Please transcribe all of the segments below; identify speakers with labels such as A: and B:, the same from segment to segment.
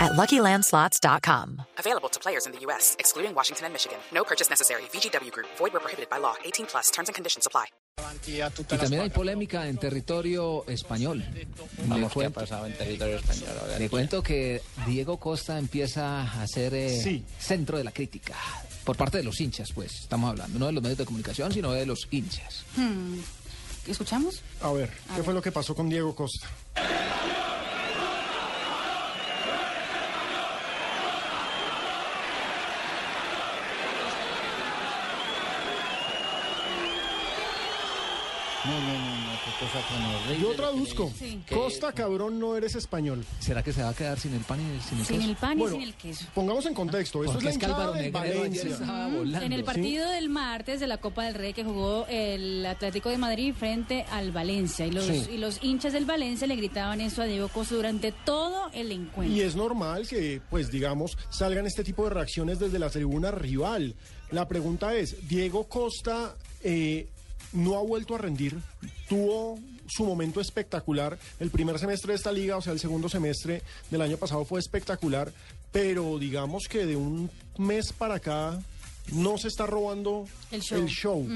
A: at luckylandslots.com.
B: Available to players in the U.S., excluding Washington and Michigan. No purchase necessary. VGW Group, void were prohibited by law. 18 plus terms and conditions apply.
C: Y también hay polémica en territorio español. Le
D: Vamos, ¿qué ha
C: cuento,
D: pasado en territorio español? Ahora,
C: le cuento que Diego Costa empieza a ser eh,
E: Sí.
C: centro de la crítica. Por parte de los hinchas, pues, estamos hablando. No de los medios de comunicación, sino de los hinchas.
F: ¿Escuchamos?
E: A ver, ¿qué fue lo que pasó con Diego Costa?
D: No, no, no, no, qué cosa tan horrible.
E: Yo traduzco.
F: Sí.
E: Costa, cabrón, no eres español.
C: ¿Será que se va a quedar sin el pan y sin el
F: Sin
C: queso?
F: el pan
E: Bueno,
F: y sin el queso. Mm,
E: pongamos en contexto. Esto es
C: Porque
E: la
C: es que Álvaro
E: hinchada del
C: Negredo ayer
E: Valencia.
C: estaba volando.
F: En el partido del martes de la Copa del Rey que jugó el Atlético de Madrid frente al Valencia. Y los,
E: Sí.
F: y los hinchas del Valencia le gritaban eso a Diego Costa durante todo el encuentro.
E: Y es normal que, pues digamos, salgan este tipo de reacciones desde la tribuna rival. La pregunta es, ¿Diego Costa eh, no ha vuelto a rendir? ¿Tuvo su momento espectacular? El primer semestre de esta liga, o sea, el segundo semestre del año pasado fue espectacular, pero digamos que de un mes para acá no se está robando
F: El show.
E: show.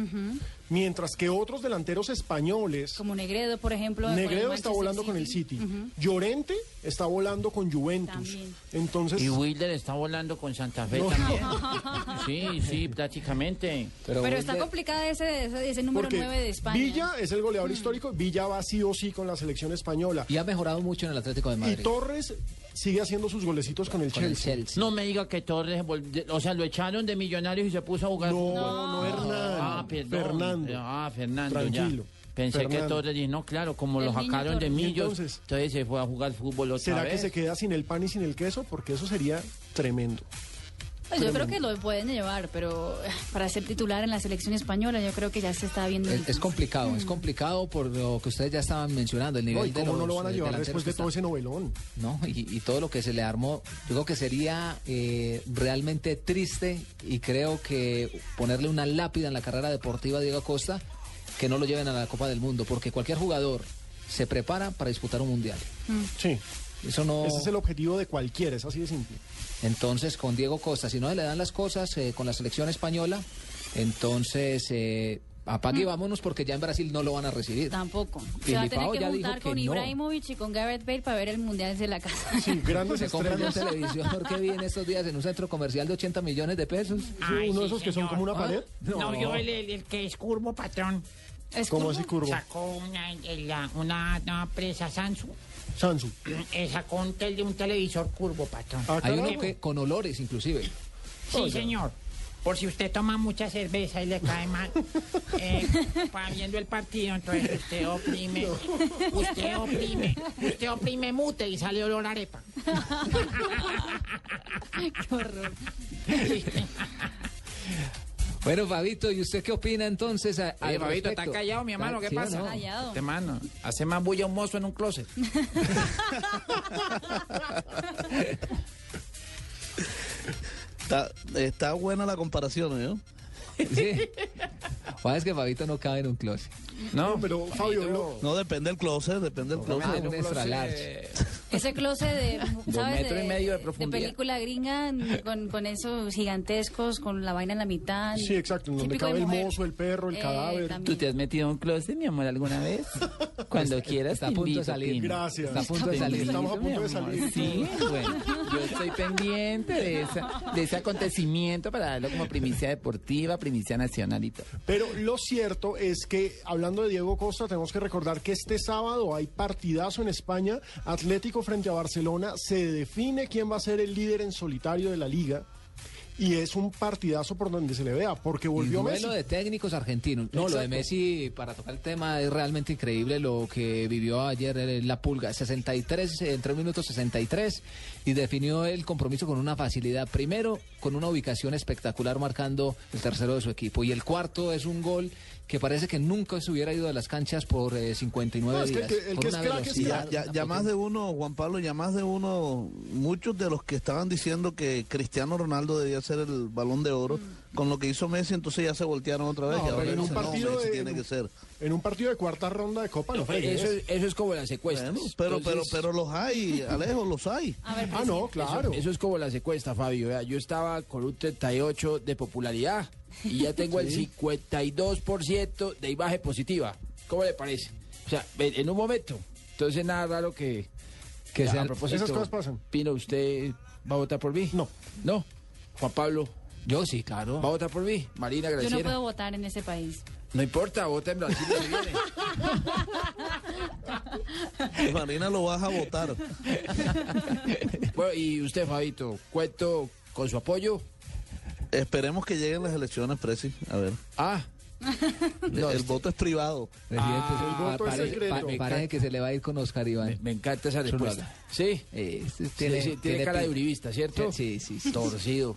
E: Mientras que otros delanteros españoles...
F: Como Negredo, por ejemplo. con el
E: Negredo está
F: Manchester
E: volando con el City. Llorente está volando con Juventus.
F: También.
E: Entonces,
D: Y Wilder está volando con Santa Fe también. Sí, sí, prácticamente.
F: Pero,
C: Wilder-
F: está complicada ese, ese, ese número
E: porque
F: 9 de España. Mm.
E: Villa es el goleador histórico, Villa va sí o sí con la selección española.
C: Y ha mejorado mucho en el Atlético de
E: Y
C: Madrid.
E: Torres sigue haciendo sus golecitos con el
C: con el
E: Chelsea.
C: Chelsea.
D: No me diga que Torres, volvió- o sea, lo echaron de Millonarios y se puso a jugar.
E: No, no, no, Hernán.
D: Ah, perdón.
E: Fernando.
D: Ah, Fernando,
E: Tranquilo.
D: ya. Pensé que
E: Fernando.
D: Torres dijo, no, claro, como
F: El
D: lo
F: niño
D: sacaron de
F: Torres.
D: Millos,
E: Entonces-
D: entonces, se fue a jugar fútbol otra
E: ¿Será
D: vez.
E: que se queda sin el pan y sin el queso? Porque eso sería tremendo.
F: Pues yo creo que lo pueden llevar, pero eh, para ser titular en la selección española yo creo que ya se está viendo...
C: Es, es complicado, es complicado por lo que ustedes ya estaban mencionando, el nivel
E: No, ¿y
C: de
E: cómo
C: los,
E: no lo van a
C: eh,
E: llevar
C: delanteros
E: después
C: que
E: de todo
C: están?
E: ese novelón?
C: ¿no? Y, y todo lo que se le armó, yo creo que sería eh, realmente triste y creo que ponerle una lápida en la carrera deportiva a Diego Costa que no lo lleven a la Copa del Mundo, porque cualquier jugador se prepara para disputar un mundial.
F: Mm.
E: Sí.
C: Eso no.
E: Ese es el objetivo de cualquiera, es así de simple.
C: Entonces, con Diego Costa, si no se le dan las cosas eh, con la selección española, entonces eh, apague y vámonos porque ya en Brasil no lo van a recibir.
F: Tampoco. Se va a tener
C: Filipao
F: que
C: ya dijo
F: juntar
C: que
F: con
C: no.
F: Ibrahimovic y con Gareth Bale para ver el Mundial de la casa.
E: Sí, grandes
C: Se compró un
E: estrellas.
C: televisor que vi en estos días en un centro comercial de 80 millones de pesos.
E: Sí, uno de esos que son como una
C: ¿Ah?
E: pared.
C: No.
G: No, yo el, el- el que es curvo, patrón,
F: ¿Es
E: ¿Cómo
F: curvo?
E: así curvo?
G: sacó una, el- la- una, una presa Samsung,
E: Sansu.
G: eh, sacó un, tel, un televisor curvo, patrón.
E: Ah,
C: Hay uno
E: carajo.
C: que con olores inclusive.
G: Sí, señor. Por si usted toma mucha cerveza y le cae mal, eh, pa- viendo el partido, entonces usted oprime, usted oprime, usted oprime mute y sale olor a arepa.
F: Qué horror.
C: Bueno, Fabito, ¿y usted qué opina entonces? a-
D: Oye,
C: al
D: Fabito,
C: respecto?
D: ¿está callado, mi hermano? ¿Qué
C: ¿Sí o
D: pasa?
C: no?
F: Callado.
D: Este mano, hace más bulla un mozo en un closet.
H: Está, está buena la comparación, ¿eh? ¿no?
C: Sí. O es que Fabito no cabe en un closet.
D: No,
E: Pero, Fabio, lo-
H: No, depende del closet, depende
E: Oh,
H: del
C: Ah,
H: closet.
C: un extra large.
D: eh,
F: Ese closet de, ¿sabes?
D: metros y medio de profundidad.
F: película gringa con, con esos gigantescos, con la vaina en la mitad.
E: Sí, exacto, en donde
F: Típico de
E: cabe el
F: mujer. Eh,
E: mozo, el perro, el cadáver.
F: también.
D: ¿Tú te has metido en un closet, mi amor, alguna vez? Cuando quieras,
C: Pues está
D: te
C: a punto de
D: invito,
C: salir.
D: Pino.
E: Gracias.
C: Está a punto de salir.
E: Estamos a
D: Mi
E: punto de
D: amor,
E: salir.
D: Sí, bueno, yo estoy pendiente de, esa- de ese acontecimiento para darlo como primicia deportiva, primicia nacional y todo.
E: Pero lo cierto es que, hablando de Diego Costa, tenemos que recordar que este sábado hay partidazo en España, Atlético frente a Barcelona, se define quién va a ser el líder en solitario de la liga, y es un partidazo por donde se le vea, porque
C: Y
E: volvió Messi.
C: duelo de técnicos argentinos. No, lo de
E: Exacto.
C: Messi, para tocar el tema, es realmente increíble lo que vivió ayer eh, la Pulga. 63, eh, en 3 minutos 63, y definió el compromiso con una facilidad. Primero, con una ubicación espectacular, marcando el tercero de su equipo. Y el cuarto es un gol
I: que parece que nunca se hubiera ido de las canchas por eh, 59
E: No, es que el
I: días.
E: que- el
I: por
E: que es
I: una
E: crack es
I: velocidad
E: crack.
H: Ya, ya más de uno, Juan Pablo, ya más de uno, muchos de los que estaban diciendo que Cristiano Ronaldo debía ser el balón de oro, con lo que hizo Messi, entonces ya se voltearon otra vez.
E: No,
H: y ahora
E: pero en un
H: dicen, no,
E: partido
H: Messi
E: de-
H: tiene que ser.
E: En un partido de cuarta ronda de Copa, no, fregues.
C: Eso, es- eso es como las secuestras.
H: Bueno, pero, pero,
C: Entonces,
H: pero los hay, Alejo, los hay.
F: A ver,
E: Ah, no, claro.
C: Eso es como la secuestra, Fabio. vea, Yo estaba con un 38 de popularidad y ya tengo el 52% de imagen positiva. ¿Cómo le parece? O sea, en en un momento. Entonces, nada raro que,
I: Que
C: a-
I: sean-
C: a propósito.
E: esas cosas pasan.
C: Pino, ¿usted va a votar por mí?
E: No.
C: No. Juan Pablo,
I: Yo sí, claro.
C: ¿va a votar por mí? Marina,
F: yo
C: gracias.
F: no puedo votar en ese país.
C: importa, vota en Brasil. que viene.
H: Y Marina lo vas a votar.
C: Bueno, y usted, Fabito, cuento con su apoyo.
H: Esperemos que lleguen las elecciones, Presi. A ver.
C: Ah,
H: el
E: este-
H: voto es privado.
I: Presidente,
E: Ah, el voto es
I: parece,
E: secreto.
I: pa-
C: Me
I: parece
C: encanta.
I: que se le va a ir con Oscar
C: me,
I: Iván.
C: me encanta esa
I: Eso lo
C: respuesta. Sí.
I: Eh, este
C: Sí, sí, tiene, cara de
I: pinta.
C: uribista, ¿cierto?
I: Sí, sí, sí.
C: Torcido.